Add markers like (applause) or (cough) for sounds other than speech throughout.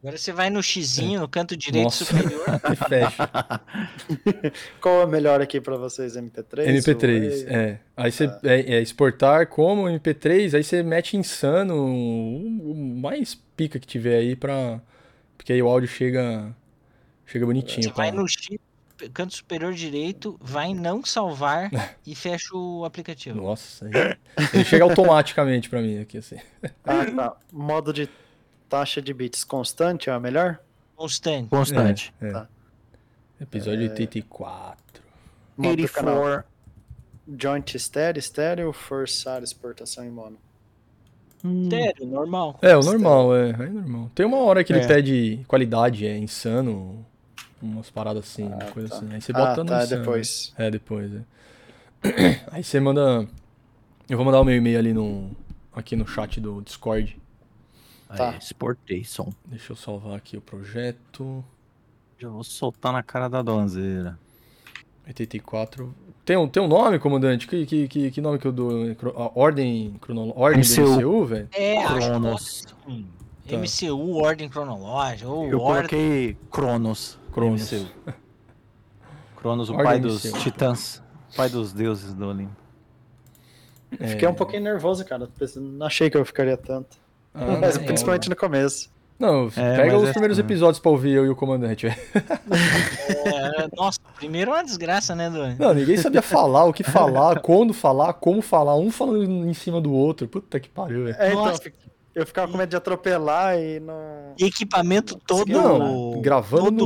Agora você vai no xizinho, no canto direito É. Nossa. (laughs) superior. E fecha. Qual é o melhor aqui pra vocês? MP3? MP3, Ou- é. Aí você é, é exportar como MP3, aí você mete insano o o mais pica que tiver aí pra. Porque aí o áudio chega. Chega Você bonitinho. vai Pra... (laughs) no chip, canto superior direito, vai em não (laughs) salvar É. e fecha o aplicativo. Nossa, aí- ele chega automaticamente pra mim aqui, assim. Ah, tá. Modo de taxa de bits constante é o melhor? Constante. Constante. É, é. Tá. Episódio 84. Modo do canal. 84. Joint estéreo, estéreo, forçar exportação em mono. Hum, Sério, normal. É, o normal, é, é normal. Tem uma hora que ele É. pede qualidade, é insano, umas paradas assim, uma Ah, coisa tá. assim. Aí você Ah, bota no tá, insano. depois. É, depois, é. (clears throat) Aí você manda. Eu vou mandar o meu e-mail ali no. Aqui no chat do Discord. Tá. aí, Exportei som. Deixa eu salvar aqui o projeto. Já vou soltar na cara da donzeira. 84. Tem um, tem um nome, comandante? Que, que, que, que nome que eu dou? Cro- a Ordem cronológica. Ordem do MCU. MCU, velho? É, Cronos. acho que sim. Tá. MCU, ordem cronológica, ou Eu ordem. coloquei Cronos. Cronos. MCU. Cronos, o Ordem pai dos MCU. titãs. Pai dos deuses do Olimpo. É. Fiquei um pouquinho nervoso, cara. Pensei- Não achei que eu ficaria tanto. Ah, (laughs) Mas não. principalmente no começo. Não, pega mas os é- primeiros episódios pra ouvir eu e o comandante, velho. É, nossa, primeiro é uma desgraça, né, Doni? Não, ninguém sabia falar, o que falar, quando falar, como falar, um falando em cima do outro. Puta que pariu, velho. É, então, Nossa. eu fic- eu ficava com medo de atropelar e não. E equipamento todo. Não, gravando todo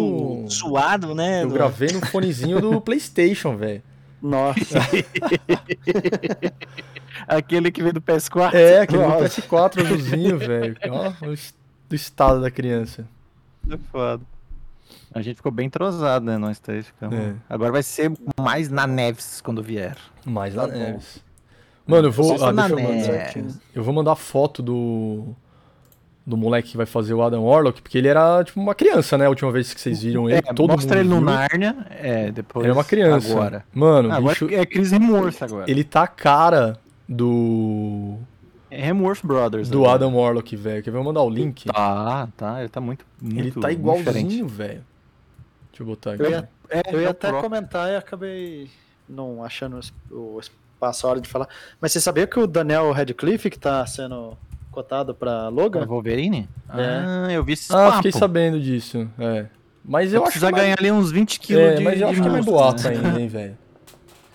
no- suado, né? Eu Doni? gravei no fonezinho (laughs) do PlayStation, velho. Nossa. (laughs) Aquele que veio do PS4. É, aquele do PS4 azulzinho, velho. Ó, o es- do estado da criança. É foda. A gente ficou bem entrosado, né? Nós três ficamos. É. Agora vai ser mais na Neves quando vier. Mas lá Tá bom. Neves. Mano, eu vou. É. Vocês Ah, na deixa eu mandar. net. Eu vou mandar foto do. Do moleque que vai fazer o Adam Warlock, porque ele era tipo uma criança, né? A última vez que vocês viram ele. É, todo mostra mundo ele no viu. Narnia. É, depois. Ele é uma criança. Agora. Mano, o agora bicho, é Chris Hemsworth agora. ele tá a cara do. É Hemsworth Brothers. Do agora. Adam Warlock, velho. Quer ver eu mandar o link? Tá, tá. Ele tá muito. muito ele tá muito diferente. igualzinho, velho. Deixa eu botar aqui. Eu ia- É, Eu é ia o até próprio. comentar e acabei não achando es- o espaço a hora de falar. Mas você sabia que o Daniel Radcliffe, que tá sendo cotado pra É Logan? Wolverine? É. Ah, eu vi esses Ah, papos. fiquei sabendo disso. É. Mas eu acho que. Precisa ganhar ali uns 20 quilos é, de mas eu de acho que é mais músculo, boato né? ainda, hein, velho.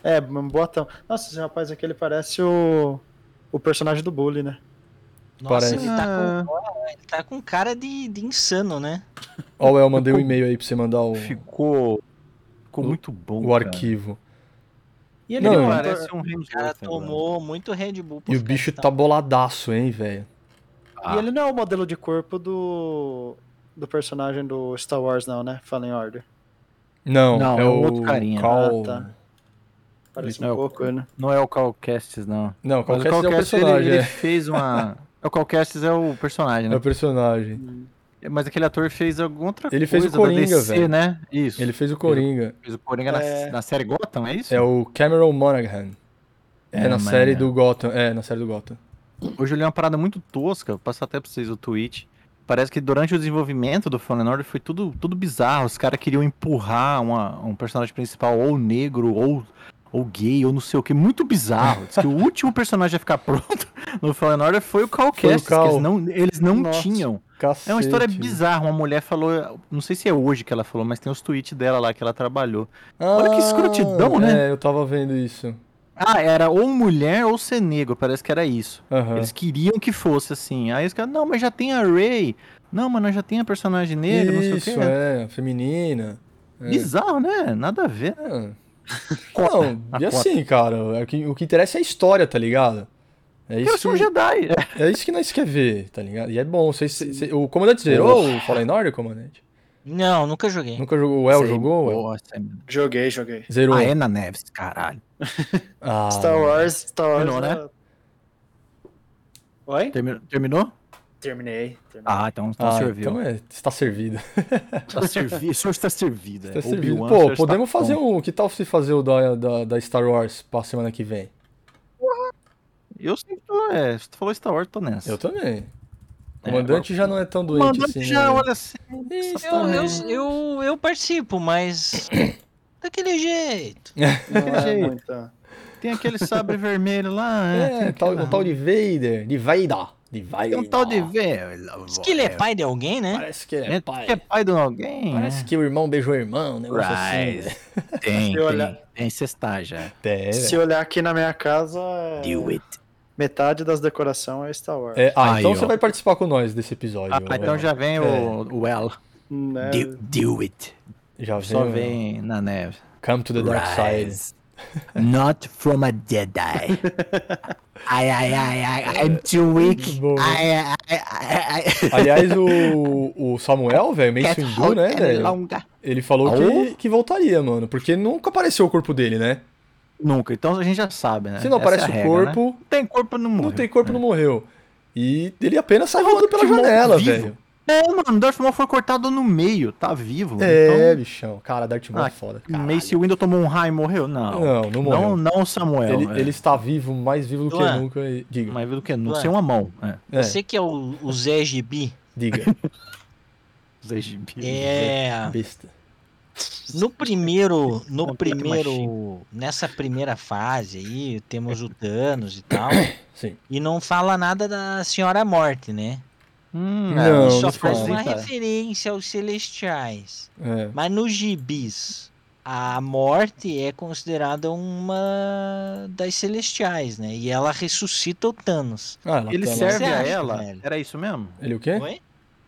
É, um botão. Nossa, esse rapaz aqui, ele parece o, o personagem do Bully, né? Nossa, parece. ele Ah. tá, com, ele tá com cara de, de insano, né? Ó, o El, mandei um e-mail aí pra você mandar (laughs) o, Ficou. Ficou muito bom. o arquivo. E Não, é um ele ator- Parece um O cara tomou muito Red Bull. pra E o ficar bicho de tá boladaço, hein, velho. Ah. E ele não é o modelo de corpo do, do personagem do Star Wars, não, né? Fallen Order. Não, Não, é é o um outro carinha. Cal... Ah, tá. Parece Ele- um pouco ele, né? Não é o Cal Kestis, não. Não, Mas qualquer é o Calcastes, ele- personagem. Ele, é. (laughs) fez uma. o Cal Kestis é o personagem, É né? o personagem. Mas aquele ator fez alguma outra É Ele fez coisa o Coringa, da DC, velho. né? Isso. Ele fez o Coringa. fez o Coringa na- É. na, série Gotham, é isso? É o Cameron Monaghan. É, É, na mas- série do Gotham. É, na série do Gotham. Hoje eu li é uma parada muito tosca, vou passar até pra vocês o tweet. Parece que durante o desenvolvimento do Fallen Order foi tudo, tudo bizarro. Os caras queriam empurrar uma- um personagem principal ou negro, ou, ou gay, ou não sei o que. Muito bizarro. Diz que o último personagem a ficar pronto (laughs) no Fallen Order foi o Cal Foi o Kestis, que Cal. eles não, eles não Nossa. tinham. Cacete. É uma história velho. bizarra. Uma mulher falou, não sei se é hoje que ela falou, mas tem os tweets dela lá que ela trabalhou. Ah, Olha que escrotidão, né? É, eu tava vendo isso. Ah, era ou mulher ou ser negro, parece que era isso. Aham. Eles queriam que fosse assim. Aí os caras, não, mas já tem a Ray. Não, mas nós já tem a personagem negra, não sei Isso, o quê. é, feminina. é. Bizarro, né? Nada a ver. (laughs) É. Cota. Não, e A cota. assim, cara, é o que, o que interessa é a história, tá ligado? É Eu isso, sou um Jedi. É, é isso que nós quer ver, tá ligado? E é bom. Cês, cê- cê- o comandante zerou o Fallen Order, comandante? pau. Não, nunca joguei. Nunca jogou? O El Sei, jogou? El? nossa, é- Joguei, joguei. Zerou. Ah, é na Neves, caralho. Ah, Star Wars, Star Wars. é- Terminou, né? era- Oi? Terminou? terminou? Terminei. terminei. Ah, então, então Ah, serviu. então é, está servido. Tá servido. O senhor está servido. é. Está servido. Obi-Wan, o senhor Pô, está podemos fazer pronto. um. Que tal se fazer o da, da, da Star Wars pra semana que vem? Eu sempre tô, é, se tu falou Star Wars, tô nessa. Eu também. Comandante já não é tão doente Mandante assim. já né? olha assim. Eu, eu, eu, eu participo, (coughs) mas. Daquele jeito. Não é jeito. muita- Tem aquele sabre vermelho lá. (laughs) É, tem tal, aquela- o tal de Vader. De Vader. De Vader. Tem um tal de velho. Diz que ele é pai de alguém, né? Parece que é, É, pai. é pai de alguém. Parece né? que o irmão beijou o irmão, um negócio assim. É. Rise. (laughs) Tem, Se olhar- tem, tem cestar já. Até, Se olhar aqui na minha casa, Do it. metade das decorações é Star Wars. É, ah, Aí, então você ó. vai participar com nós desse episódio. né? Ah, então já vem o, o Well. Né? Do, do it. Já É. vem. Só o vem na neve. Come to the Dark Side. Rise. (laughs) Not from a (laughs) Jedi. Ai, ai, ai, ai, I'm too Muito weak. bom. Ai, ai, ai, ai, ai. Aliás, o, o Samuel, velho, Mace Windu, é né, velho? longa. Ele falou que, que voltaria, mano. Porque nunca apareceu o corpo dele, né? Nunca, então a gente já sabe, né? Se não Essa aparece é a o regra, corpo, né? é. Não tem corpo, não morre. não tem corpo, não morreu. E ele apenas É sai voando pela que morto janela, um vivo. velho. É, mano, o Darth Maul foi cortado no meio, tá vivo. É, bichão. Cara, Darth Maul é então- Ah, foda. Então, Caralho. Mace Windu tomou um raio e morreu? Não. Não, não morreu. Não, não o Samuel. Ele, é. ele está vivo, mais vivo do que Luan. nunca. e- Diga. Mais vivo do que não, Ué. sem uma mão. É. É, Você que é o, o Zé Gibi, (laughs) diga. Zé Gibi, né? Zé. é. Besta. No primeiro. No Completa primeiro. Nessa primeira fase aí, temos o Thanos e tal. Sim. E não fala nada da Senhora Morte, né? Hum, Não, E isso só não faz fala. uma apresenta- referência aos Celestiais. É. Mas nos gibis, a morte é considerada uma das Celestiais, né? E ela ressuscita o Thanos. Ah, ela Ele tá lá. serve serve a a acha, ela? velho? Era isso mesmo? Ele o quê? Oi?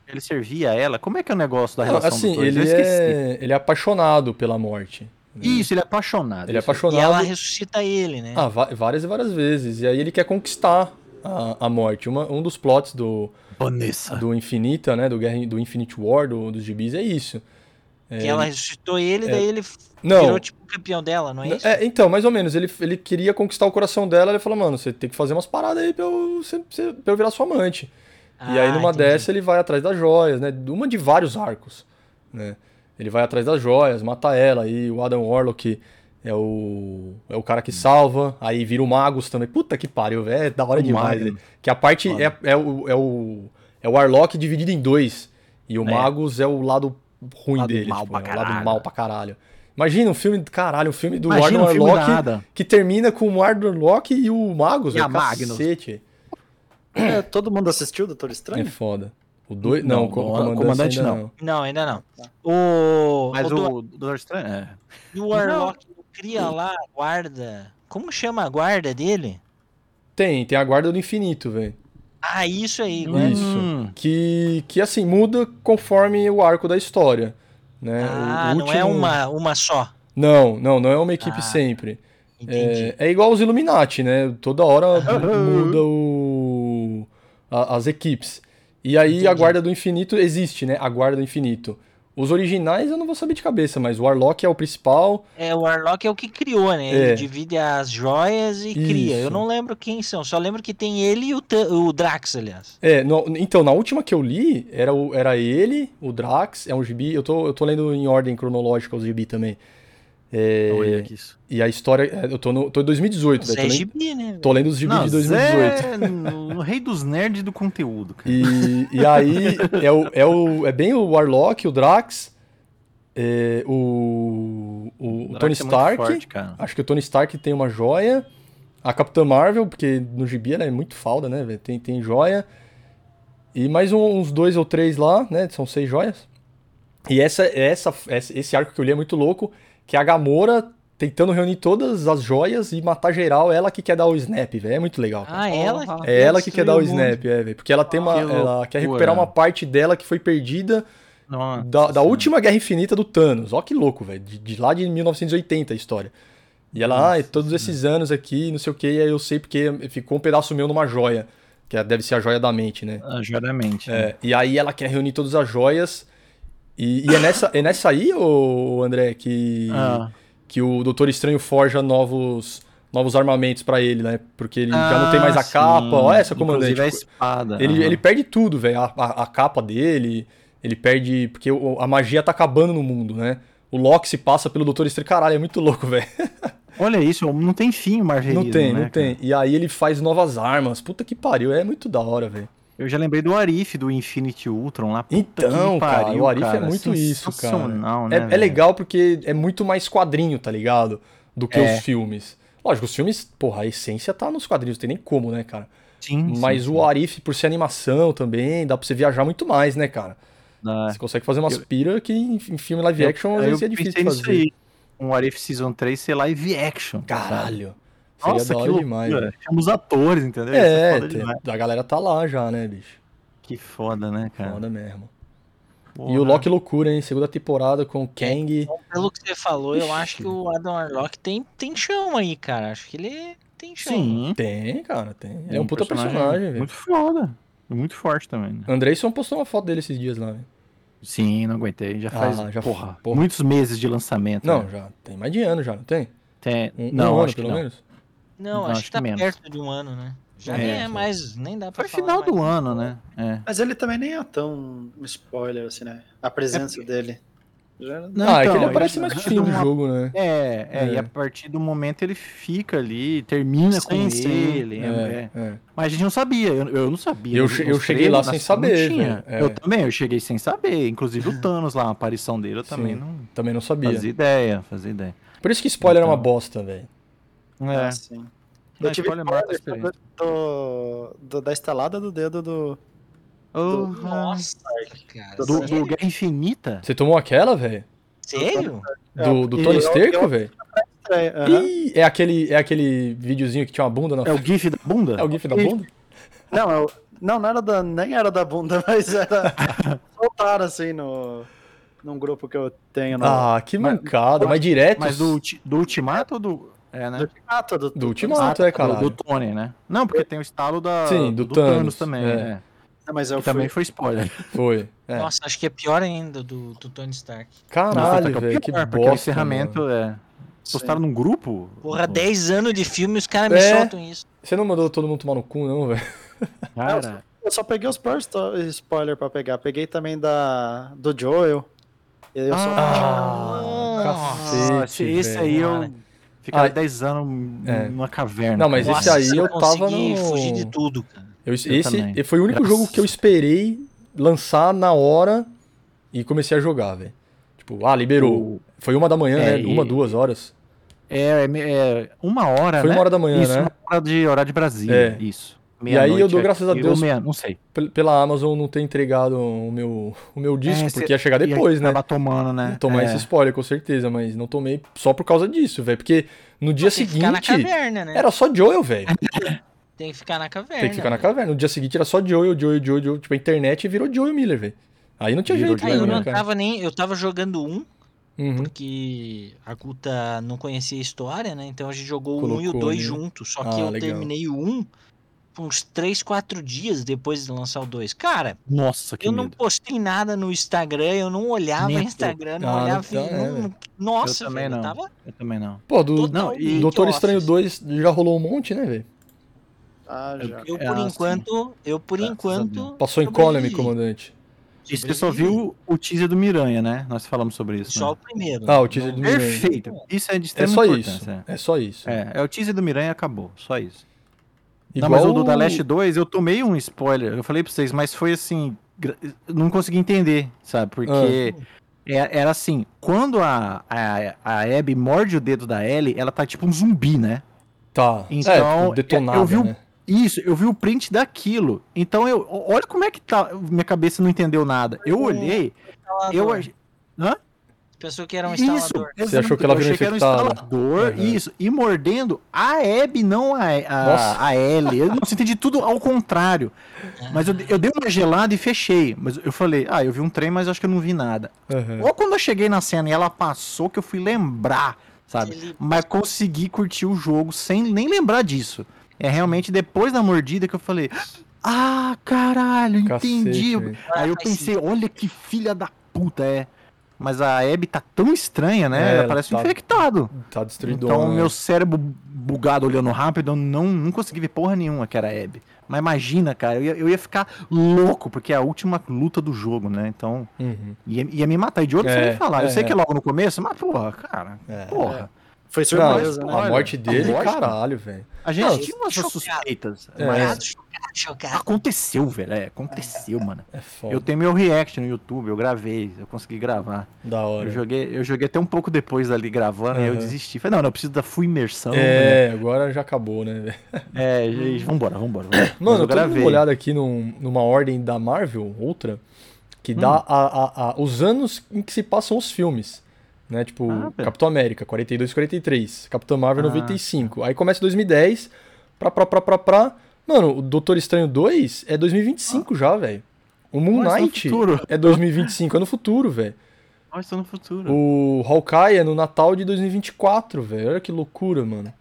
Ele servia a ela? Como é que é o negócio da Não, relação assim, dos dois? ele Eu esqueci. é, ele é apaixonado pela morte. né? Isso, ele é apaixonado. Ele é isso. E ela apaixonado ressuscita ele, né? ah, va- várias e várias vezes. E aí ele quer conquistar a, a morte. Uma- um dos plots do, Ah. Vanessa. do Infinita, né? Do, Guerra, do Infinite War, do- dos gibis, é isso. que ela ressuscitou ele, daí ele f- é. Não. virou tipo o campeão dela, não é isso? É, então, mais ou menos. Ele, ele queria conquistar o coração dela. Ele falou, mano, você tem que fazer umas paradas aí pra eu, ser- ser- pra eu virar sua amante. E aí, Ah, numa entendi. dessa, ele vai atrás das joias, né? Uma de vários arcos, né? Ele vai atrás das joias, mata ela, aí o Adam Warlock é o, é o cara que salva, aí vira o Magus também. Puta que pariu, velho, é da hora O demais. Magnum. né? Que a parte é, é, o, é, o, é o Warlock dividido em dois, e o É. Magus é o lado ruim Lado dele, mal tipo, pra é o lado caralho. mal pra caralho. Imagina um filme, caralho, um filme do Imagina Adam um filme Warlock da Adam. que termina com o Adam Warlock e o Magus, E velho, a Magnus. cacete. É, todo mundo assistiu Doutor É Estranho? foda. O dois, não, Não, o co- não, o comandante, comandante ainda não. não. Não, ainda não. O, Mas o do- o Doutor Estranho. É. do Warlock cria lá a guarda. Como chama a guarda dele? Tem, tem a guarda do infinito, velho. Ah, isso aí, Isso. Hum. guarda. Que, que assim, muda conforme o arco da história. Né? ah, O- o não é último- uma, uma só. Não, não, não é uma equipe Ah, sempre. Entendi. É, é igual os Illuminati, né? (laughs) Toda hora muda o, a- as equipes. E aí a Entendi. guarda do infinito existe, né? A guarda do infinito. Os originais eu não vou saber de cabeça, mas o Warlock é o principal. É, o Warlock é o que criou, né? Ele É. divide as joias e cria. Isso. Eu não lembro quem são, só lembro que tem ele e o, Tan- o Drax, aliás. É, no- então, na última que eu li, era, o- era ele, o Drax, é um gibi. Eu tô, eu tô lendo em ordem cronológica os gibi também. É, Olha que isso. e a história. é, Eu tô, no, tô em 2018, velho. Zé Tô, lendo- Gibi, né? tô lendo os gibi Não, é- de 2018. Zé, no, no rei dos nerds do conteúdo, cara. E, e aí é, o, é, o, é bem o Warlock, o Drax, é, o, o- o Drax Tony é muito Stark. forte, cara. Acho que o Tony Stark tem uma joia. A Capitã Marvel, porque no gibi ela é muito falda, né? velho? Tem, tem joia. E mais um- uns dois ou três lá, né? São seis joias. E essa, essa, essa- esse arco que eu li é muito louco, que é a Gamora tentando reunir todas as joias e matar geral, ela que quer dar o snap, velho. É muito legal. cara. Ah, ela? é ela que quer dar o destruiu mundo. snap, é, velho. Porque ela tem uma. Que ela quer recuperar uma loucura. parte dela que foi perdida Nossa da, da senhora. última Guerra Infinita do Thanos. Ó que louco, velho. De, de lá de 1980 a história. E ela, ah, todos esses anos aqui, não sei o que, aí eu sei porque ficou um pedaço meu numa joia. Que é, deve ser a joia da mente, né? Ah, Geralmente. né? É, e aí ela quer reunir todas as joias. E, e é, nessa, é nessa aí, ô, André, que, Ah. que o Doutor Estranho forja novos, novos armamentos pra ele, né? Porque ele já não tem mais a Ah, sim. capa. Olha essa, comandante. Inclusive é a espada. Ele, ah. ele perde tudo, velho. A, a- a capa dele, ele perde. Porque o- a magia tá acabando no mundo, né? O Loki se passa pelo Doutor Estranho. Caralho, é muito louco, (laughs) velho. Olha isso, não tem fim o Não marvelismo, tem, né, não tem. E aí ele faz novas armas. Puta que pariu, é muito da hora, velho. cara? Eu já lembrei do Arif, do Infinity Ultron lá. Puta Então, que cara, pariu, o Arif é cara, muito isso, cara. sensacional, É, Né, é velho? legal porque é muito mais quadrinho, tá ligado? Do que É. os filmes. Lógico, os filmes, porra, a essência tá nos quadrinhos, não tem nem como, né, cara? Sim, sim, Mas sim. o Arif, por ser animação também, dá pra você viajar muito mais, né, cara? Da- Você consegue fazer umas pira que em em filme live action às É. eu vezes é pensei difícil de nisso fazer. aí. Um Arif Season 3 ser live action. sabe? Caralho. Seria Nossa, da que hora loucura. demais. velho. Chama os atores, entendeu? Ia ser É, foda tem- demais. a galera tá lá já, né, bicho? Que foda, né, cara? Foda mesmo. Porra. E o Loki é um Loucura, hein? Segunda temporada com o Kang. Pelo que você falou, eu Ixi. acho que o Adam Arlock tem, tem chão aí, cara. Acho que ele tem chão. Sim. Tem, cara, tem. Ele é um puta personagem, velho. Muito foda. E Muito forte também. né? Andreyson postou uma foto dele esses dias lá, né? velho. É. Sim, não aguentei. Já Ah, faz já- porra, porra. muitos meses de lançamento. né? Não, já tem mais de ano já, não tem? Tem- Um, um não, ano, acho que pelo não. menos? Não, Não, acho, acho que que tá menos. perto de um ano, né? Já É, nem é sim. mais, nem dá pra Foi falar final mais. do ano, né? É. Mas ele também nem é tão um spoiler, assim, né? A presença dele. Já- ah, é que então, ele eu aparece acho mais no que fim do uma- jogo, né? É, é, É. e a partir do momento ele fica ali, termina Sim, com sim. ele. é, é. É, é. Mas a gente não sabia, eu, eu não sabia. Eu nos- che- nos eu cheguei lá trailers, sem nas- não saber, tinha. velho, é. Eu também, eu cheguei sem saber. (laughs) Inclusive o Thanos lá, a aparição dele, eu também Sim. não Também não sabia. fazia ideia, fazia ideia. Por isso que spoiler é uma Então. bosta, velho. É, Ah, sim. Não, Eu tive spoiler mata a spoiler do, do- da estalada do dedo do. Oh, do- Nossa, cara. do, do sério? Guerra Infinita? Você tomou aquela, velho? Sério? É, Do, do e Tony eu- Stark, eu- velho? É, aham. Ih, é aquele, é aquele videozinho que tinha uma bunda na É o GIF da bunda? É o GIF da Ih. bunda? Não, eu- não, não era da. Nem era da bunda, (laughs) mas (laughs) era. soltaram assim no. Num grupo que eu tenho no. Ah, que É, Mas- mancada. Mas direto. Mas do, ulti- do Ultimato ou do. É, né? Ah, do Ultimato, tá. do, Do Ultimato, é, do, caralho. do Tony, né? Não, porque tem o estalo da, Sim, do do, Thanos, Thanos, também. é. é. Ah, Mas Que eu também também. foi spoiler. Foi. É. Nossa, acho que é pior ainda do, do Tony Stark. Não, Caralho, foi velho. pior, Que porque bosta. tá é O encerramento mano. é. Postaram num grupo? Porra, Pô, 10 anos de filme e os caras me É. soltam isso. Você não mandou todo mundo tomar no cu, não, velho? Cara, Eu só peguei os piores to- spoiler pra pegar. Peguei também da. Do Joel. E eu só- Ah, cacete, Ah, esse velho. aí eu. Cara. Ficava Ah, 10 anos é. numa caverna. Não, mas cara. esse aí eu tava consegui no- fugir de tudo, cara. Eu- esse também. foi o único Graças. jogo que eu esperei lançar na hora e comecei a jogar, velho. Tipo, ah, liberou. O- Foi uma da manhã, É, né? Uma, e- duas horas. É, é, me- é uma hora. Foi uma né? hora da manhã, isso, né? uma hora de horário de Brasília. É. Isso. E aí eu Meia-noite dou graças a aqui, Deus ou meia- não sei. Pel- Pela Amazon não ter entregado o meu, o meu disco, É, cê- porque ia chegar E aí depois, né? Acaba tomando, né? Tomar É. esse spoiler, com certeza, mas não tomei só por causa disso, velho. Porque no dia Tem que ficar na seguinte caverna, né? era só Joel, velho. Tem que ficar na caverna. Tem que ficar na velho. caverna. No dia seguinte era só Joel, Joel, Joel, Joel. Tipo, a internet virou Joel Miller, velho. Aí não tinha Virou jeito, Aí eu mesmo, não né, cara? tava nem. Eu tava jogando um, Uhum. porque a Guta não conhecia a história, né? Então a gente jogou o um e o Colocou, dois né? juntos. Só que Ah, eu legal. terminei o um por uns 3, 4 dias depois de lançar o dois. Cara, Nossa, que eu não medo. postei nada no Instagram, eu não olhava Neto. Instagram, não Ah, olhava. então é, não- Nossa, Eu também velho, eu não. tava Eu também não. Pô, do Não, e- totalmente Doutor off. assim. Estranho 2 já rolou um monte, né, velho? Ah, já. Eu, É, por assim, enquanto, eu, por graças a enquanto. Deus. Passou em sobrevivi. Colony, comandante. E você só viu o teaser do Miranha, né? Nós falamos sobre isso. Só né? o primeiro. Ah, o teaser do Miranha. Perfeito. Isso é É de extrema só isso. importância. É só isso. É, é o teaser do Miranha e acabou. Só isso. Igual Não, mas o do o- Da Last 2, eu tomei um spoiler. Eu falei pra vocês, mas foi assim. gra- Não consegui entender, sabe? Porque. é- Era assim, quando a, a, a Abby morde o dedo da Ellie, ela tá tipo um zumbi, né? Tá. Então, é, tipo, eu- detonada, eu vi um o- né? Isso, eu vi o print daquilo. Então eu. o- Olha como é que tá. Minha cabeça não entendeu nada. Eu olhei, eu. ach- Pensou que era um Isso, instalador. Você achou exato. que ela Eu virou achei que era um infectada. instalador, Uhum. isso. E mordendo a Abby, não a, Nossa. a, a Ellie. Eu não entendi tudo (laughs) ao contrário. Mas eu, eu dei uma gelada e fechei. Mas eu falei, ah, eu vi um trem, mas acho que eu não vi nada. Aham. Ou quando eu cheguei na cena e ela passou, que eu fui lembrar, sabe? Ele- Mas consegui curtir o jogo sem nem lembrar disso. É realmente depois da mordida que eu falei, ah, caralho, entendi. Cacete, velho. Aí eu Faz pensei, olha que filha da puta é. Mas a Abby tá tão estranha, né? É, ela ela parece tá um infectado. Tá destruído. Então, né? meu cérebro bugado olhando rápido, eu não, não consegui ver porra nenhuma que era a Abby. Mas imagina, cara, eu ia, eu ia ficar louco, porque é a última luta do jogo, né? Então, Uhum. ia, ia me matar. E de outro, É, você ia falar. é, eu sei que é. é logo no começo, mas porra, cara, É. porra. Foi Não, surpresa, a né? morte dele, Lógico. caralho, velho. A gente Não, tinha umas chocado. suspeitas, É. mas Chocado, jogar. Aconteceu, velho. É, aconteceu, mano. É foda. Eu tenho meu react no YouTube, eu gravei, eu consegui gravar. Da Eu hora. joguei, eu joguei até um pouco depois ali gravando, aí eu Aham. desisti. Falei, não, não, eu preciso da full imersão. né? É, agora já acabou, né? velho? É, gente, vambora, vambora. vambora. Mas Mano, eu tô dando gravei. uma olhada aqui num- numa ordem da Marvel, outra, que dá Hum. a- a- a- os anos em que se passam os filmes. Né? Tipo, Ah, velho. Capitão América, 42, 43. Capitão Marvel, Ah, 95. Aí começa 2010, pra, pra, pra, pra, pra. Mano, o Doutor Estranho 2 é Ah. 2025 já, velho. O Moon Mas no Knight futuro. é 2025, é no futuro, velho. Mas tô no futuro. O Hawkeye é no Natal de 2024, velho. Olha que loucura, mano.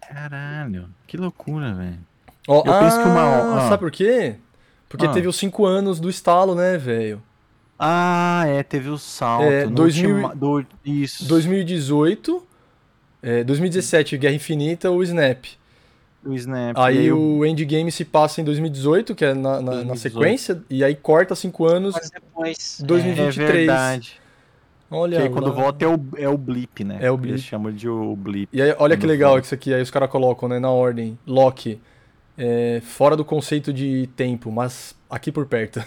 Caralho, que loucura, velho. Ó, Eu penso que uma- ah, ah. Sabe por quê? Porque Ah. teve os 5 anos do estalo, né, velho? Ah, é, teve o salto. É, no 2000 ultima- do- Isso. é 2018, é, 2017, Guerra Infinita, o Snap. Do Snap. e Aí aí o Endgame se passa em 2018, que é na, na- na 2018. sequência, e aí corta 5 anos. Mas depois. 2020. É 23. verdade. Olha Que aí lá. quando volta é o, é o blip, né? É o blip. Eles chamam de o blip. E aí, olha que Quando legal volta. isso aqui, aí os caras colocam, né, na ordem. Loki, é, fora do conceito de tempo, mas aqui por perto.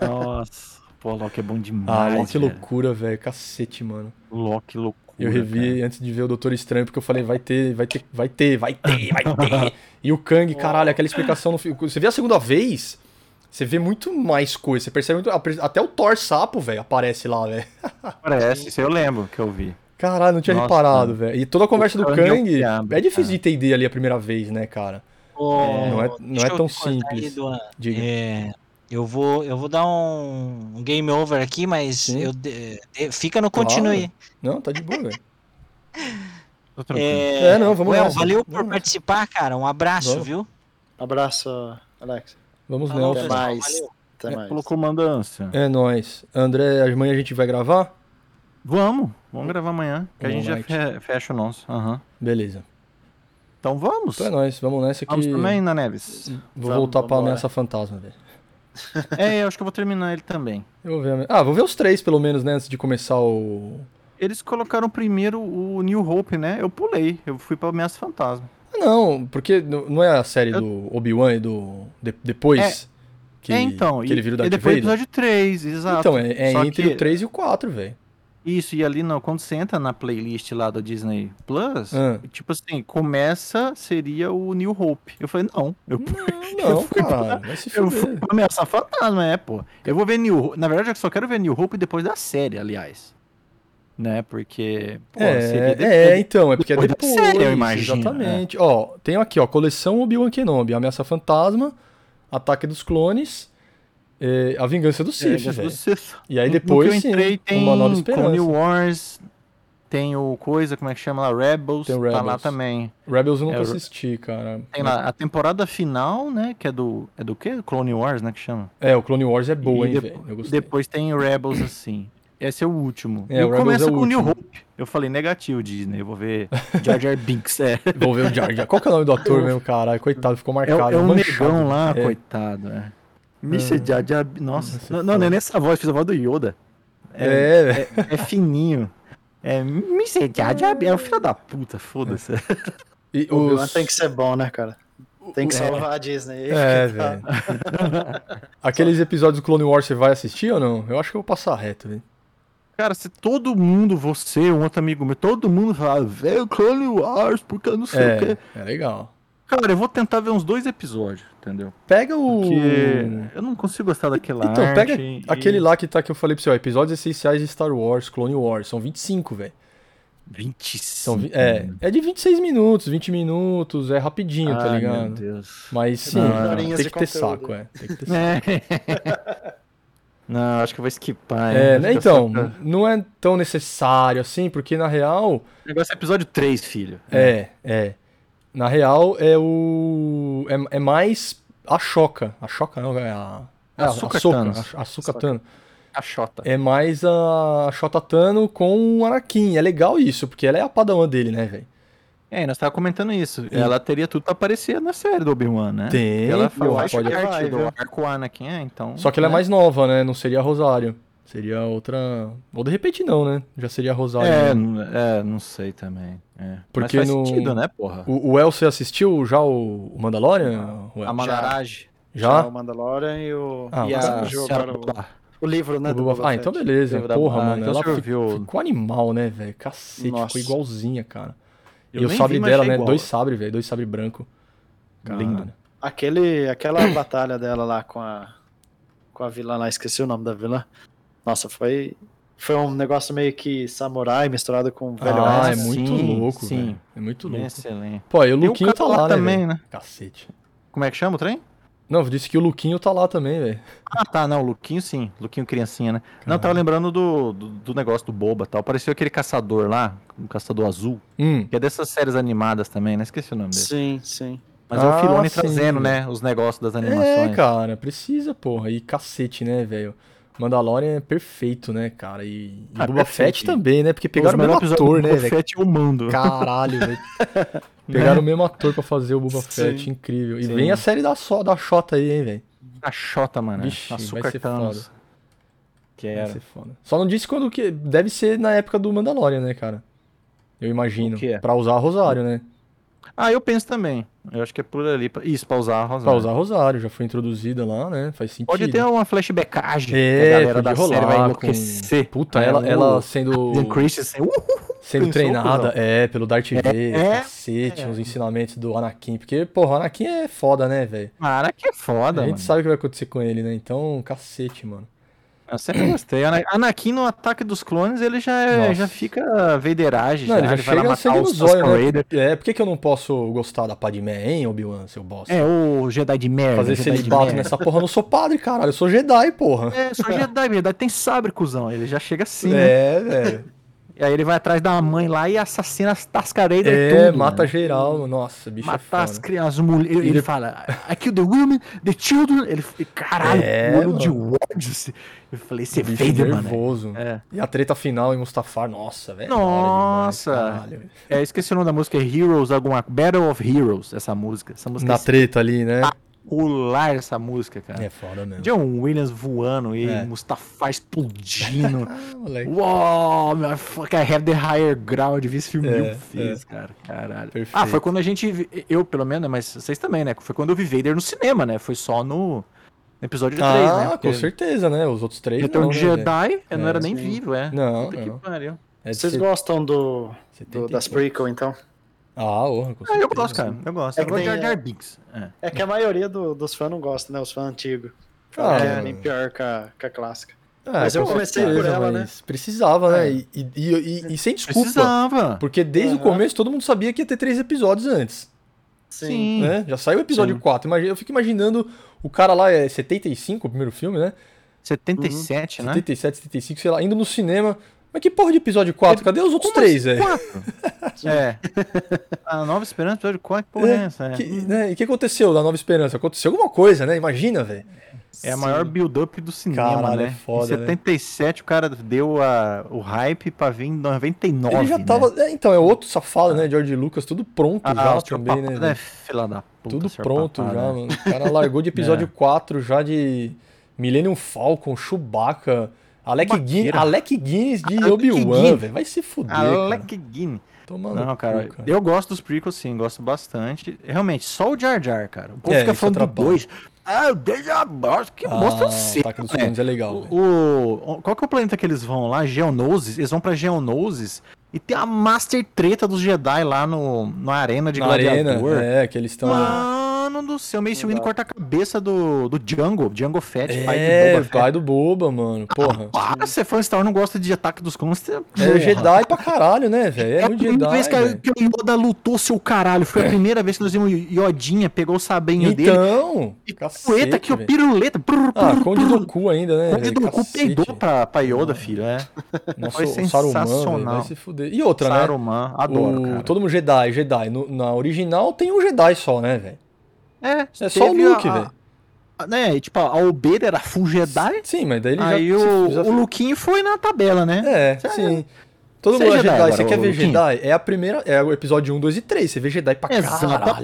Nossa, pô, Loki é bom Ah, demais. Loki, que velho. loucura, velho. Cacete, mano. Loki é loucura. Eu revi antes de ver o Doutor Estranho, porque eu falei, vai ter, vai ter, vai ter, vai ter, vai ter. E o Kang, caralho, aquela explicação no filme. Você vê a segunda vez, você vê muito mais coisa. Você percebe muito. Até o Thor sapo, velho, aparece lá, velho. cara. Parece, isso eu lembro que eu vi. Caralho, não tinha Nossa, reparado, velho. E toda a conversa do Kang Kang. é um diabo, É difícil cara. de entender ali a primeira vez, né, cara? Ô, não é- não deixa é eu tão te cortar aí, simples. Duan. Diga. É, eu vou, eu vou dar um, um game over aqui, mas Sim. eu de- de- fica no Claro. continue. Não, tá de boa, velho. Tô tranquilo. É, É, não, vamos Well, nessa. valeu por Vamos nessa. participar, cara. Um abraço, Vamos. viu? Abraço, Alex. Vamos Falou, nessa. Até pessoal, mais. valeu. Até mais. É, Colocou mandança. É nóis. André, amanhã a gente vai gravar? Vamos, Hum. vamos gravar amanhã, que a gente já Alright. fe- fecha o nosso. Aham. Beleza. Então vamos. Então é nóis, vamos nessa que. Vamos também, na Neves. Vou Vamos, voltar pra vambora. ameaça fantasma, velho. é, eu acho que eu vou terminar ele também. Eu vou ver a... Ah, vou ver os três, pelo menos, né? Antes de começar o. Eles colocaram primeiro o New Hope, né? Eu pulei, eu fui pra Ameaça Fantasma. Ah, Não, porque n- não é a série do Obi-Wan e do. de- depois. que, é, então, que e- ele vira o e Darth depois do Vader? episódio 3, exato. Então, é, é Só entre que- o 3 e o 4, velho. Isso, e ali não, quando você entra na playlist lá do Disney Plus, Ah. tipo assim, começa, seria o New Hope. Eu falei, não, (laughs) eu, Não, fui caralho, vai se eu fui fuder. pra Ameaça Fantasma, é, pô. Eu vou ver New Hope, na verdade eu só quero ver New Hope depois da série, aliás. Né, porque... pô, seria É, depois- é, então, é porque é depois da depois. série, eu imagino, né? Exatamente. Ó, tem aqui, ó, coleção Obi-Wan Kenobi, Ameaça Fantasma, Ataque dos Clones, é, A Vingança do É, Sith, Deus velho. do Sith. E aí No- no depois, que eu sim, entrei, tem Uma Nova com New Esperança. Wars, tem o coisa, como é que chama lá? Rebels, Tem o tá lá Rebels. É. também. Rebels eu nunca É, o- assisti, cara. Tem lá a temporada final, né, que é do... É do quê? Clone Wars, né, que chama? É, o Clone Wars é boa, E hein, de- velho. Eu gostei. Depois tem o Rebels, assim. Esse é o último. É, e o Rebels começa é o com o New último. Hope. Eu falei negativo, Disney. Eu vou ver Jar Jar Binks. (laughs) É, Vou ver o Jar Jar. Qual que é o nome do ator mesmo, caralho? Coitado, ficou é, o- marcado. é um manchado. negão lá, É. coitado. É. Mr. Jar Jar Bin- Nossa, Nossa, não, não, não é nessa voz, fiz a voz do Yoda. É, É, velho. é, é fininho. É, Mr. Jar Jar Bin- é o filho da puta, foda-se. E O os- Obi-Wan tem que ser bom, né, cara? Tem que É. salvar a Disney. (laughs) É, velho. Aqueles episódios do Clone Wars você vai assistir ou não? Eu acho que eu vou passar reto, velho. Cara, se todo mundo, você, um outro amigo meu, todo mundo fala, vê o Clone Wars, porque eu não sei o quê. É, é legal. Cara, eu vou tentar ver uns dois episódios, entendeu? Pega Uh. o. Porque eu não consigo gostar daquela Então, arte. pega e- aquele lá que tá que eu falei pra você, ó, episódios essenciais de Star Wars, Clone Wars. São 25, velho. 25. São vi- É, é de 26 minutos, 20 minutos, é rapidinho, tá Ai, ligado? Meu Deus. É Mas sim, Não, não. tem Horinhas que ter de conteúdo. saco, é. Tem (laughs) que ter saco. É. Não, acho que eu vou skipar. hein? É, Acho né, que eu então, só- não é tão necessário assim, porque na real, O negócio é episódio 3, filho. é, é. Na real é o é, é mais a choca, a choca não, é a é a Ahsoka Soca, Tano. a Soca Tano. A chota. É mais a Shota Tano com o Anakin. É legal isso, porque ela é a padawan dele, né, velho? É, e nós tava comentando isso. Ela teria tudo pra aparecer na série do Obi-Wan, né? Tem, Ela porra, faz pode- parte Vai, do viu? arco Anakin, é, então... Só que ela é né? mais nova, né? Não seria a Rosário. Seria outra. Ou de repente não, né? Já seria a Rosário. né? É, n- é, não sei também. é. Porque Mas faz no- sentido, né, porra? O, o El, você assistiu já o o Mandalorian? Ué, a Mandarage. já? O Mandalorian e o. Ah, e mas- a, o, agora, o, o livro, é né? O Boba- Ah, então beleza. Lembra- Porra, Ah, mano. então ela você fi- viu- ficou animal, né, velho? Cacete, Nossa. ficou igualzinha, cara. Eu e o nem sabre vi, mas dela, é né? igual. Dois sabres, velho. Dois sabres branco. Cara, Lindo. Aquele, (coughs) aquela batalha dela lá com a. Com a vilã lá, esqueci o nome da vilã. Nossa, foi. Foi um negócio meio que samurai misturado com velho ah, oeste. é muito sim, louco, sim. velho. É muito louco. Excelente. Pô, e o E o Luquinho cara tá lá, né, um também, velho? né? Cacete. Como é que chama o trem? Não, eu disse que o Luquinho tá lá também, velho. Ah, tá, não, Luquinho sim, Luquinho criancinha, né? Não, eu tava lembrando do, do, do negócio do Boba e tal, parecia aquele caçador lá, um caçador azul, Hum. que é dessas séries animadas também, né? Esqueci o nome dele. Sim, sim. Mas é Ah, o Filone sim. trazendo, né, os negócios das É, animações. cara, precisa, porra. E cacete, né, velho? Mandalorian é perfeito, né, cara? E, e Ah, Boba perfeito. Fett também, né? Porque Pegaram pegaram o mesmo ator, né, velho? Fett e o Mando. Caralho, velho. (laughs) Né? Pegaram o mesmo ator pra fazer o Boba Sim. Fett, incrível. E Sim. vem a série da, so, da Xota aí, hein, velho. Cachota, mano. Vixe, vai ser Thanos. Que Vai era. ser foda. Só não disse quando que. Deve ser na época do Mandalorian, né, cara? Eu imagino. O quê? Pra usar a Rosário, né? Ah, eu penso também. Eu acho que é por ali. pra- Isso, pra usar a Rosário. Pra usar a Rosário, já foi introduzida lá, né? Faz sentido. Pode ter um- uma flashbackagem. que a É, galera pode da rolar série vai com- enlouquecer. Puta, Aí ela, É, o ela (laughs) sendo, Dan Christensen, uh, sendo pensou, treinada, cuzão? é, pelo Darth Vader, é, cacete, os ensinamentos do Anakin. Porque, porra, o Anakin é foda, né, velho? cara, que é A foda, gente mano. sabe o que vai acontecer com ele, né? Então, cacete, mano. Eu sempre gostei. Ana- Anakin no ataque dos clones, ele já, é- Nossa. já fica veideragem. Não, ele já vai lá chega matar sendo os- no os zóio, Kamen né? Rider. É, por que, que eu não posso gostar da Padmé, hein, Obi-Wan, seu bosta? É, o Jedi de merda. Fazer Jedi de celibato merda. nessa porra, eu não sou padre, caralho, eu sou Jedi, porra. (laughs) É, só Jedi, verdade. Tem sabre, cuzão. Ele já chega assim, né? É, velho. E aí ele vai atrás da mãe lá e assassina as tascareiras e tudo. É, mano. mata geral, mano. nossa, bicho é Matar foda. as crianças, as mulheres. Ele, Ele- fala, I kill the women, the children. Ele, caralho, É, olho mano. de ódio. assim. Eu falei, você é Bicho Vader, mano. nervoso. É. E a treta final em Mustafar, nossa, velho. da hora Nossa. demais, caralho. é, esqueci o nome da música, é Heroes, alguma. Battle of Heroes, essa música. Essa música Na é treta ali, né? espetacular, essa música, cara. É foda mesmo. John um Williams voando e É. (laughs) Mustafar explodindo. Ah, moleque. Uou, meu, fuck, I have the higher ground, vi esse filme É, mil vezes, cara, caralho. Perfeito. Ah, foi quando a gente, vi- eu pelo menos, né, mas vocês também, né, foi quando eu vi Vader no cinema, né, foi só no episódio 3, né. Ah, porque com certeza, né? Os outros três Retorno não, de né, velho? Jedi, eu não É, era nem sim. vivo, é. Não, Puta não. que pariu. É de Vocês set- gostam do, do- 75. das prequel, então? Ah, orra, com Ah, certeza. eu gosto, cara, eu gosto. É eu que gosto de tem, Jar Jar Binks. É. É que a maioria do- dos fãs não gosta, né? Os fãs antigos. Ah, é nem pior que a, que a clássica. é, mas eu com comecei por certeza, ela, né? mas Precisava, né? É. E, e- e- e sem desculpa. Precisava. Porque desde o Aham. começo todo mundo sabia que ia ter três episódios antes. Sim. né? Já saiu o episódio Sim. 4. Imagina, eu fico imaginando o cara lá, é 75, o primeiro filme, né? 77, né? 77, 75, sei lá, indo no cinema. Mas que porra de episódio 4? Cadê os outros Como três, assim, velho? quatro? É. (laughs) A Nova Esperança, episódio 4, porra, é essa, é. Que- né, E o que aconteceu da Nova Esperança? Aconteceu alguma coisa, né? Imagina, velho. É a maior build-up do cinema, Caralho, né? é foda, em 77 o cara deu a- o hype pra vir em 99, Ele já né? tava. é, então, é outro safado, né? George Lucas, tudo pronto Ah, já o senhor também, né? Papada é velho? fila da puta, né? É. Tudo senhor pronto Papada. já, né? mano. O cara largou (laughs) de episódio 4 já de Millennium Falcon, Chewbacca, Alec, Baqueira. Guin Alec Guinness de Alec Obi-Wan, Guinness. velho. Vai se fuder, cara. Ah, Alec Guinness. Toma no Não, cu, cara, eu gosto dos prequels sim, gosto bastante. Realmente, só o Jar Jar, cara. O povo É, fica isso falando do atrapalha. dois. Ah, o Deus é bosta, que Ah, bosta o seca, Ataque dos né? Clones é legal, velho. O, o- qual que é o planeta que eles vão lá? Geonosis? Eles vão pra Geonosis e tem a master treta dos Jedi lá no, na arena de Na arena, gladiador. Ah, é, que eles estão... Mano do céu, Mace Não Windu dá. corta a cabeça do, do Django, Django Fett, pai É, do Boba Fett. pai do Boba, mano. Porra. Ah, você é fã de Star Wars, não gosta de ataque dos clones, você... É Jedi pra caralho, né, velho? É É a muito primeira Jedi, vez que, a- velho. que o Yoda lutou seu caralho. Foi a primeira vez que nós vimos o Yodinha, pegou o sabrinho dele. Então, E cacete, Poeta que o velho. piruleta. Brrr, Ah, brrr, Conde brrr. do Cu ainda, né? Conde velho? do cu Cacete. Ah, peidou pra, pra Yoda, filho. É. Nossa, Foi o Saruman, velho, vai sensacional. se fuder. E outra, né? Saruman, adoro, o- cara. Todo mundo Jedi, Jedi. No- na original tem um Jedi só, né, velho? É, É só o teve a- Luke, a- velho. a- Né, e, tipo, a Obeira era full Jedi. Sim, mas daí ele Aí já... o, já- o Luquinho foi na tabela, né? É, Você- sim. Todo você mundo é é Jedi. Jedi agora, Você ô, quer ver Luquinho? Jedi? É a primeira... É o episódio 1, 2 e 3. Você vê Jedi pra caralho, velho.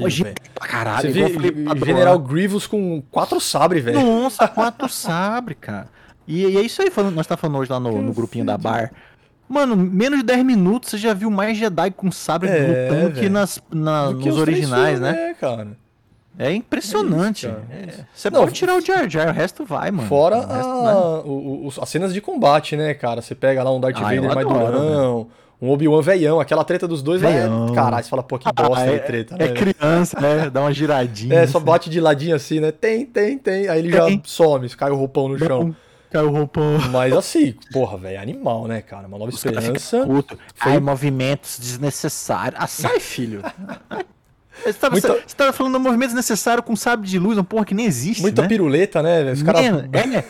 Exato, pra caralho. Você vê igual eu falei pra Dora. General Grievous com quatro sabres, velho. Nossa, quatro sabres, cara. E, e é isso aí, falando, nós tá falando hoje lá no, no grupinho da bar. Mano, menos de 10 minutos você já viu mais Jedi com sabre É, lutando que velho. nas, na- Do que nos os três originais, filmes, né? É, cara. É impressionante. É isso, cara, é É, isso. Você Não, pode tirar o Jar Jar, o resto vai, mano. Fora O resto a- vai. o- o- os- as cenas de combate, né, cara? Você pega lá um Darth Ah, eu Vader mais adoro, durão, um Obi-Wan veião, aquela treta dos dois lá é... Veião. Ah, Caralho, você fala, pô, que bosta de treta, né? É criança, né? Dá uma giradinha. É, só bate de ladinho assim, né? Tem, tem, tem. Aí ele já Tem. some, cai o roupão no chão. Bum, Caiu o roupão. Mas assim, porra, velho, animal, né, cara? Uma nova Os caras ficam esperança. putos. Foi- Ai, movimentos desnecessários. Ah, (laughs) sai, filho. Você tava, Muita- você tava falando de movimentos necessários com sabre de luz, uma porra que nem existe, Muita né? piruleta, né, velho? Os caras. (laughs) Mano, é.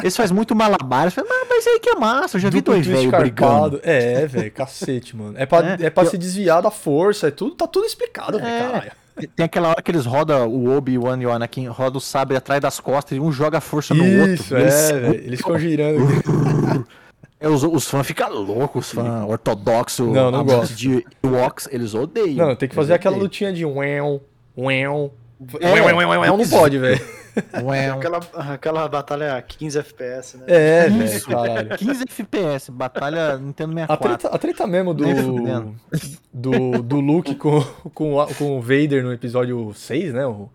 Eles fazem muito malabar. Eles falam, "Ah, mas aí que é massa. Eu já vi duplo dois twist velhos carpado. brigando. É, velho, cacete, mano. É pra, é. É. pra Eu- se desviar da força, é tudo, tá tudo explicado, velho, É. caralho. Tem aquela hora que eles rodam o Obi-Wan e o Anakin, roda o sabre atrás das costas e um joga a força no outro. Isso, Eles- é, velho. Eles ficam girando. é, os, os fãs ficam loucos, os fãs ortodoxos, Não, não amantes gosto. de Ewoks, eles odeiam. Não, tem que fazer Eles aquela odeiam. lutinha de uéu, uéu. É. Uéu, uéu, uéu, não pode, (laughs) velho. Ué, um Aquela, aquela batalha a 15 FPS, né? É, velho, Isso. caralho. 15 FPS, batalha Nintendo A 64. treta, a treta mesmo do, Nem fudendo. do, do Luke com, com, a- com o Vader no episódio 6, né? o-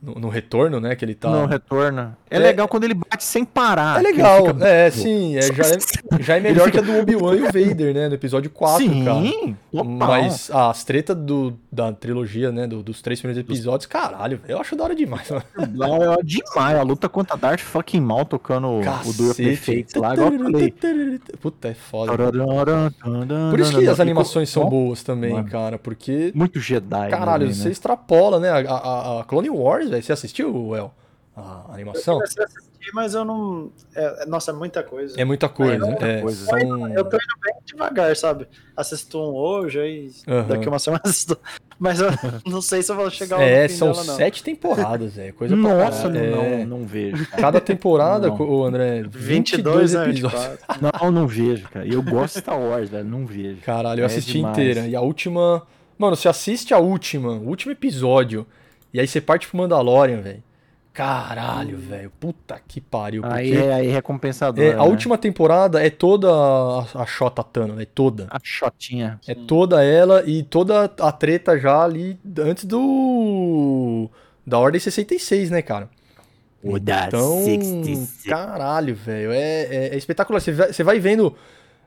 no, no retorno, né? Que ele tá. Não retorna. É, É- legal quando ele bate sem parar. é Ah, que ele legal. fica- É, sim. é, já, é, já é melhor que a do Obi-Wan e o Vader, né? No episódio 4, Sim, cara. total. Mas ah, as tretas do, da trilogia, né? do- dos três primeiros episódios, caralho, velho, eu acho da hora demais, mano. Não, é demais. A luta contra a Darth fucking mal tocando o Duel Perfect lá. Igual eu falei. Puta, é foda. Por isso que as animações são boas também, Mano. cara. Porque, Muito Jedi. caralho, né, você né? extrapola, né? A, a- a Clone Wars, velho. Você assistiu, Well? A animação? comecei a assistir, mas eu não. é- é- nossa, é muita coisa. É muita coisa. É né? muita É, coisa. são... Eu tô indo bem devagar, sabe? Assisto um hoje, aí Aham. daqui uma semana (laughs) assisto. Mas eu não sei se eu vou chegar ao É, fim são dela, não. sete temporadas, velho. Coisa pra Nossa, caralho. não, É. não, não vejo. cara. Cada temporada, Não. o André, 22, 22, né? episódios. 24. Não, não vejo, cara. E eu gosto de Star Wars, velho. Não vejo. Caralho, eu É assisti demais. inteira. E a última. Mano, você assiste a última, o último episódio. E aí você parte pro Mandalorian, velho. Caralho, velho. Puta que pariu. Porque Hum. Aí é, aí é recompensador. é, né? a última temporada é toda a, a Shota Tano, é toda. A shotinha. É toda ela e toda a treta já ali antes do. Da Ordem 66, né, cara? Então, caralho, velho, é, é- é espetacular. Você vai, você vai vendo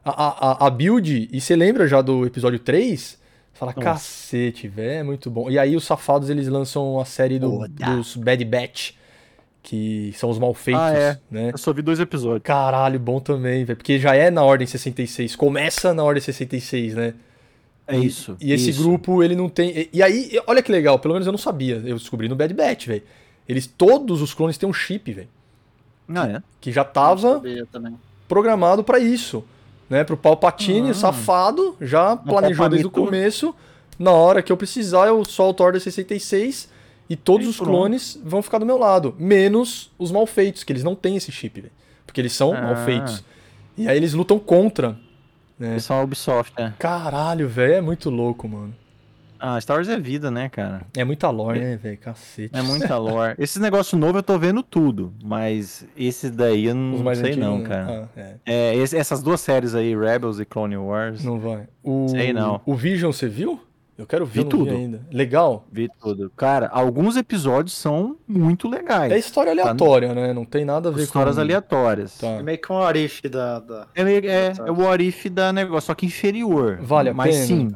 a, a- a build e você lembra já do episódio 3? Fala, Nossa. cacete, velho, é muito bom. E aí os safados, eles lançam a série do- Oda. dos Bad Batch, que são os malfeitos, Ah, é. né? Eu só vi dois episódios. Caralho, bom também, velho, porque já é na Ordem 66, começa na Ordem 66, né? É isso. E esse isso. grupo, ele não tem. E, e aí, e- olha que legal, pelo menos eu não sabia. Eu descobri no Bad Batch, velho. Eles, todos os clones têm um chip, velho. Ah, é? Que já tava Sabia também. programado pra isso, né? Pro Palpatine, Ah. safado, já planejou desde o Palpatine. começo. Na hora que eu precisar, eu solto a Order 66 e todos E os pronto. clones vão ficar do meu lado, menos os malfeitos, que eles não têm esse chip, velho. Porque eles são Ah. malfeitos. E aí eles lutam contra. É. Eles são a Ubisoft, né? Caralho, velho, é muito louco, mano. Ah, Star Wars é vida, né, cara? É muita lore, né, velho? Cacete. É muita lore. Esses negócios novos eu tô vendo tudo, mas esse daí eu não Os mais sei antigos, não, né? cara. Ah, é. É, esse- essas duas séries aí, Rebels e Clone Wars, Não vai. O, Sei não. O Vision, você viu? Eu quero ver, Vi eu não vi tudo. ainda. Legal. vi tudo. Cara, alguns episódios são muito legais. É história aleatória, né? Não tem nada a ver Histórias com... aleatórias. Tá. É meio que um orife da. da... É, meio- é, é o Orif da negócio, só que inferior. Vale a mas pena? sim,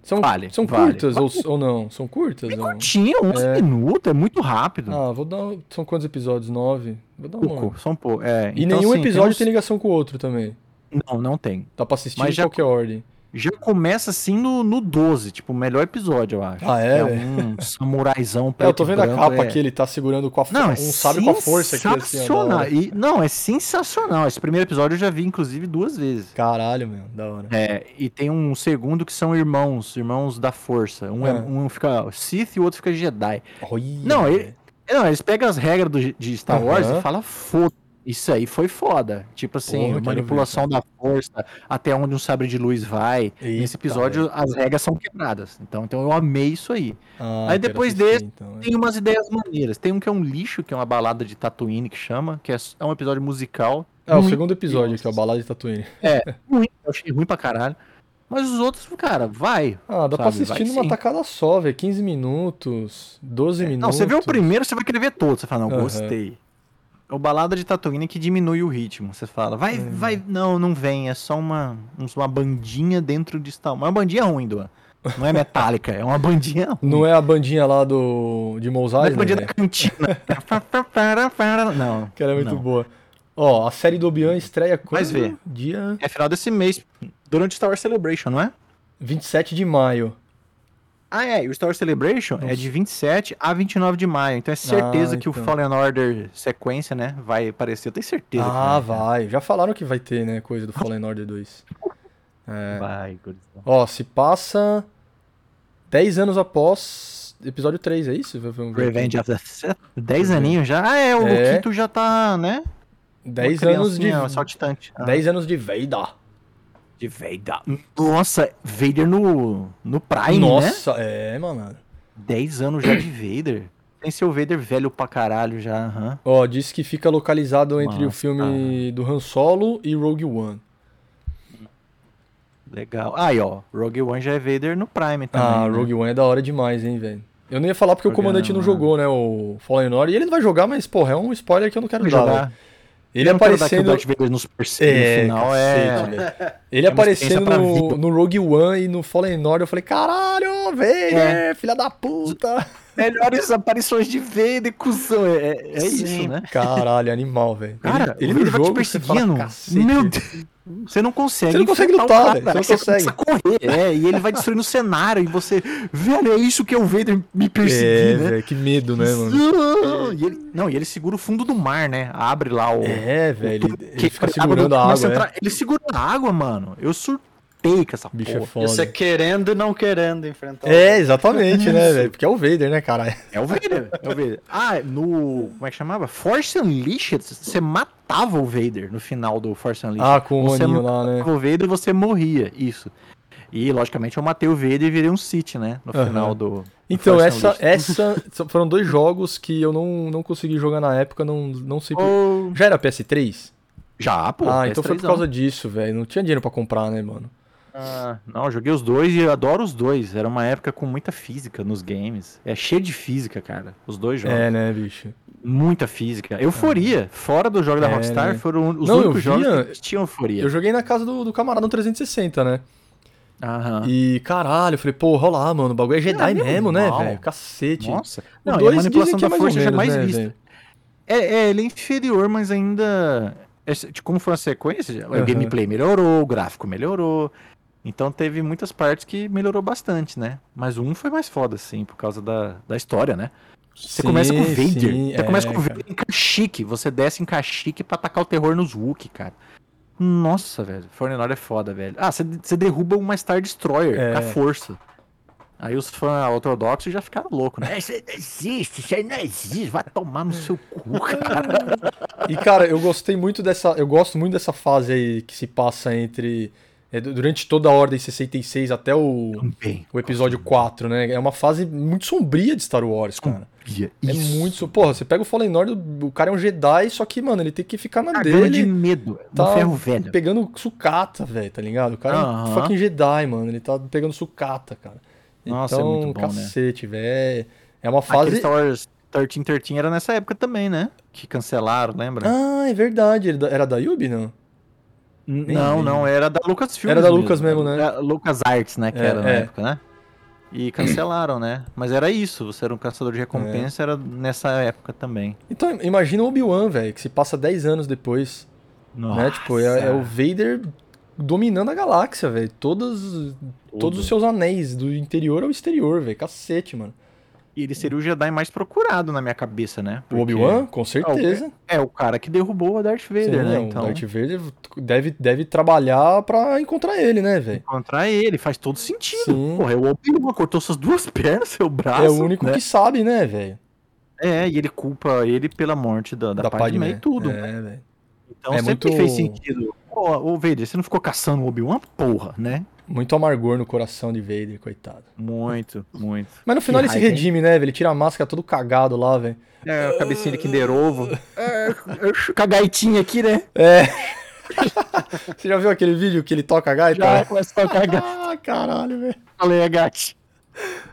São, Vale, são vale. curtas Ou, ou não? São curtas? ou- tinha 11 minutos, é muito rápido. Ah, vou dar. um- São quantos episódios? Nove? Vou dar um. pouco, são pouco. É, E então, nenhum assim, episódio tem, tem. ligação com o outro também. uns- Não, não tem. Dá pra assistir Mas em já- qualquer ordem. Já começa assim no, no 12, tipo, o melhor episódio, eu acho. Ah, é? É um (laughs) samuraizão É, preto eu tô e vendo a branco, capa é. aqui, ele tá segurando com a fo- Não, um é sabre com a força aqui. Assim, ó, da sensacional. hora. E- não, é sensacional. Esse primeiro episódio eu já vi, inclusive, duas vezes. Caralho, meu, da hora. É, e tem um segundo que são irmãos, irmãos da força. Um, é- Ah. um fica Sith e o outro fica Jedi. Olha, Não, ele- velho. Não, eles pegam as regras do- de Star Wars Aham. e falam, foda isso aí foi foda. Tipo assim, Porra, quero manipulação da força, até onde um sabre de luz vai. Nesse Eita, episódio, as regras são quebradas. Então, então eu amei isso aí. Ah, Aí quero depois assistir, desse, então, é. Tem umas ideias maneiras. Tem um que é um lixo, que é uma balada de Tatooine que chama, que é, s- é um episódio musical. É, o Muito segundo episódio Deus. aqui, ó, Balada de Tatooine. Ruim, eu achei ruim pra caralho. Mas os outros, cara, vai. Ah, dá pra Sabe, assistir vai numa sim. tacada só, velho. 15 minutos, 12 minutos. Não, você vê o primeiro, você vai querer ver todos. Você fala, não, Aham. gostei. É o balada de Tatooine que diminui o ritmo. Você fala, É. vai, vai. Não, não vem. É só uma, uns- uma bandinha dentro de Star Wars. Mas uma bandinha ruim, Duan. Não é metálica, é uma bandinha (laughs) ruim. Não é a bandinha lá do de Mos Não é Eisley, bandinha né? da cantina. (laughs) não. Que era muito não. boa. Ó, a série do Obi-Wan estreia quando? Mas vê. Dia É final desse mês, durante o Star Wars Celebration, não é? 27 de maio. Ah, é. E o Star Wars Celebration é de 27 a 29 de maio. Então é certeza Ah, que o então. Fallen Order sequência, né? Vai aparecer. Eu tenho certeza. Ah, que vai. vai. Já falaram que vai ter, né, coisa do Fallen Order 2. É. Vai, gurizão. Ó, se passa 10 anos após episódio 3, é isso? Vamos ver aqui. Revenge of the Sith. 10 aninhos já? Ah, é, o É. Luquito já tá, né? Uma 10 anos de criancinha saltitante. Ah, 10 anos de Vader. de Vader. Nossa, Vader no, no Prime, né? Nossa, é, mano. 10 anos já de Vader. Tem seu Vader velho pra caralho já, aham. Ó, diz que fica localizado entre o Nossa. filme do Han Solo e Rogue One. Legal. Aí, ó, Rogue One já é Vader no Prime também. Ah, né? Rogue One é da hora demais, hein, velho. Eu não ia falar porque Rogue o comandante One, é não mano. jogou, né, o Fallen Order. E ele não vai jogar, mas, porra, é um spoiler que eu não quero Vai dar. jogar. velho. Ele é um Eu não quero dar que o aparecendo... Darth Vader no Super Saiyan É, no final é... cacete, velho. Ele É uma experiência aparecendo pra no, vida. no Rogue One e no Fallen Order, eu falei, caralho, velho, É. filha da puta. Melhores aparições de Vader, cuzão. É, é- é isso, Sim. (laughs) né? Caralho, animal, velho. Cara, ele, o ele no Vader jogo, vai te você fala, perseguindo. "Cacete". É, Meu Deus. Você não consegue. Você não consegue enfrentar o lutar, cara, velho, você aí não começa a correr. É, e ele vai destruindo o cenário e você. Velho, é isso que é o Vader me É, perseguir, né? velho, que medo, né, mano? E ele- não, e ele segura o fundo do mar, né? Abre lá o. É, velho, ele, ele que- fica a do- segurando a começa água, né? entrar- Ele segura a água, mano. Eu surtei com essa Bicho é porra. foda. Isso é querendo e não querendo enfrentar. o- É, exatamente, né, velho? Porque é o Vader, né, caralho? É o Vader, é o Vader. Ah, no. Como é que chamava? Force Unleashed, você matava o Vader no final do Force Unleashed. Ah, com o Você Roninho lá, né? matava o Vader você morria, isso. E, logicamente, eu matei o Vader e virei um City, né? No Aham. final do. Então, Force essa, Unleashed. essa são- foram dois jogos que eu não, não consegui jogar na época, não, não sei por... Oh, Já era PS3? Já, pô. é- ah, então foi por PS3zão. causa disso, velho. Não tinha dinheiro pra comprar, né, mano? Ah, não, eu joguei os dois e eu adoro os dois. Era uma época com muita física nos games. É cheio de física, cara. Os dois jogos. É, né, bicho? Muita física. Euforia. Fora do jogo da É, Rockstar, né? foram os Não, eu únicos via- jogos que tinham euforia. Eu joguei na casa do, do camarada no 360, né? Aham. E caralho, eu falei, pô, olha lá, mano, o bagulho é Jedi meu mesmo, né, irmão. velho? Cacete. Nossa. O Não, e a dois dizem manipulação que da é mais ou força menos, jamais né, vista. velho? É, é, ele é inferior, mas ainda. esse- de Como foi a sequência, Aham. o gameplay melhorou, o gráfico melhorou. Então teve muitas partes que melhorou bastante, né? Mas um foi mais foda, assim, por causa da, da história, né? Você começa com o Sim, Vader. sim, você começa é, com o cara. Vader em Kashyyyk. Você desce em Kashyyyk pra atacar o terror nos Wookiee, cara. Nossa, velho. Fornenor é foda, velho. Ah, você- você derruba uma Star Destroyer É. com a força. Aí os fãs ortodoxos já ficaram loucos, né? Isso aí não existe, isso aí não existe. Vai tomar no seu (laughs) cu, cara. E cara, eu gostei muito dessa, eu gosto muito dessa fase aí que se passa entre é, du- durante toda a ordem 66 até o, Também. o episódio 4, né? É uma fase muito sombria de Star Wars, cara. Hum, Isso. É muito, so- porra, você pega o Fallen Order, o cara é um Jedi, só que, mano, ele tem que ficar na Cagando de dele. medo. tá no ferro velho. pegando sucata, velho, tá ligado? O cara é um Aham. fucking Jedi, mano. Ele tá pegando sucata, cara. Nossa, é então, muito bom, né? cacete, velho. É uma Aquele fase. Star Wars 1313 era nessa época também, né? Que cancelaram, lembra? Ah, é verdade. ele da- Era da Yubi, não? N- Nem Não, lembro. não, era da Lucasfilm. Era da Lucas mesmo, né? Lucas Arts, né, que É, era na é. época, né? E cancelaram, né? Mas era isso, você era um caçador de É. recompensa, era nessa época também. Então, imagina o Obi-Wan, velho, que se passa 10 anos depois, né? Tipo, é, é o Vader dominando a galáxia, velho. Todas, todos os seus anéis, do interior ao exterior, velho. Cacete, mano. E ele seria o Jedi mais procurado na minha cabeça, né? O Porque Obi-Wan, com certeza. É o cara que derrubou a Darth Sim, Vader, né? O Então, Darth Vader deve, deve trabalhar pra encontrar ele, né, velho? encontrar ele faz todo sentido. Sim. Porra, é o Obi-Wan cortou suas duas (laughs) pernas, seu braço. É o único né? que sabe, né, velho? É, e ele culpa ele pela morte da, da, Padmé e tudo. É, velho. Então É sempre muito- fez sentido. Pô, ô Vader, você não ficou caçando o Obi-Wan? Porra, né? Muito amargor no coração de Vader, coitado. Muito, muito. Mas no final ele se raiva, hein? redime, né, velho? Ele tira a máscara todo cagado lá, velho. É, a cabecinha de Kinder Ovo. É, com a gaitinha aqui, né? Você já viu aquele vídeo que ele toca a gaita? Já começa a tocar gato. Ah, caralho, velho. Falei a gato.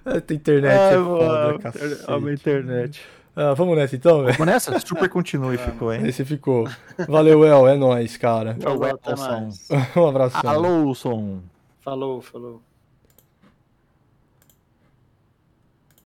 É, Tem internet, é tipo, foda, cacete. a internet. Ah, vamos nessa então, velho. Vamos nessa? Super continue, ficou, hein? Esse ficou. Valeu, El, é nóis, cara. (laughs) Falou, Ué, até Wilson. mais. Um abração. Alô, som. Falou, falou.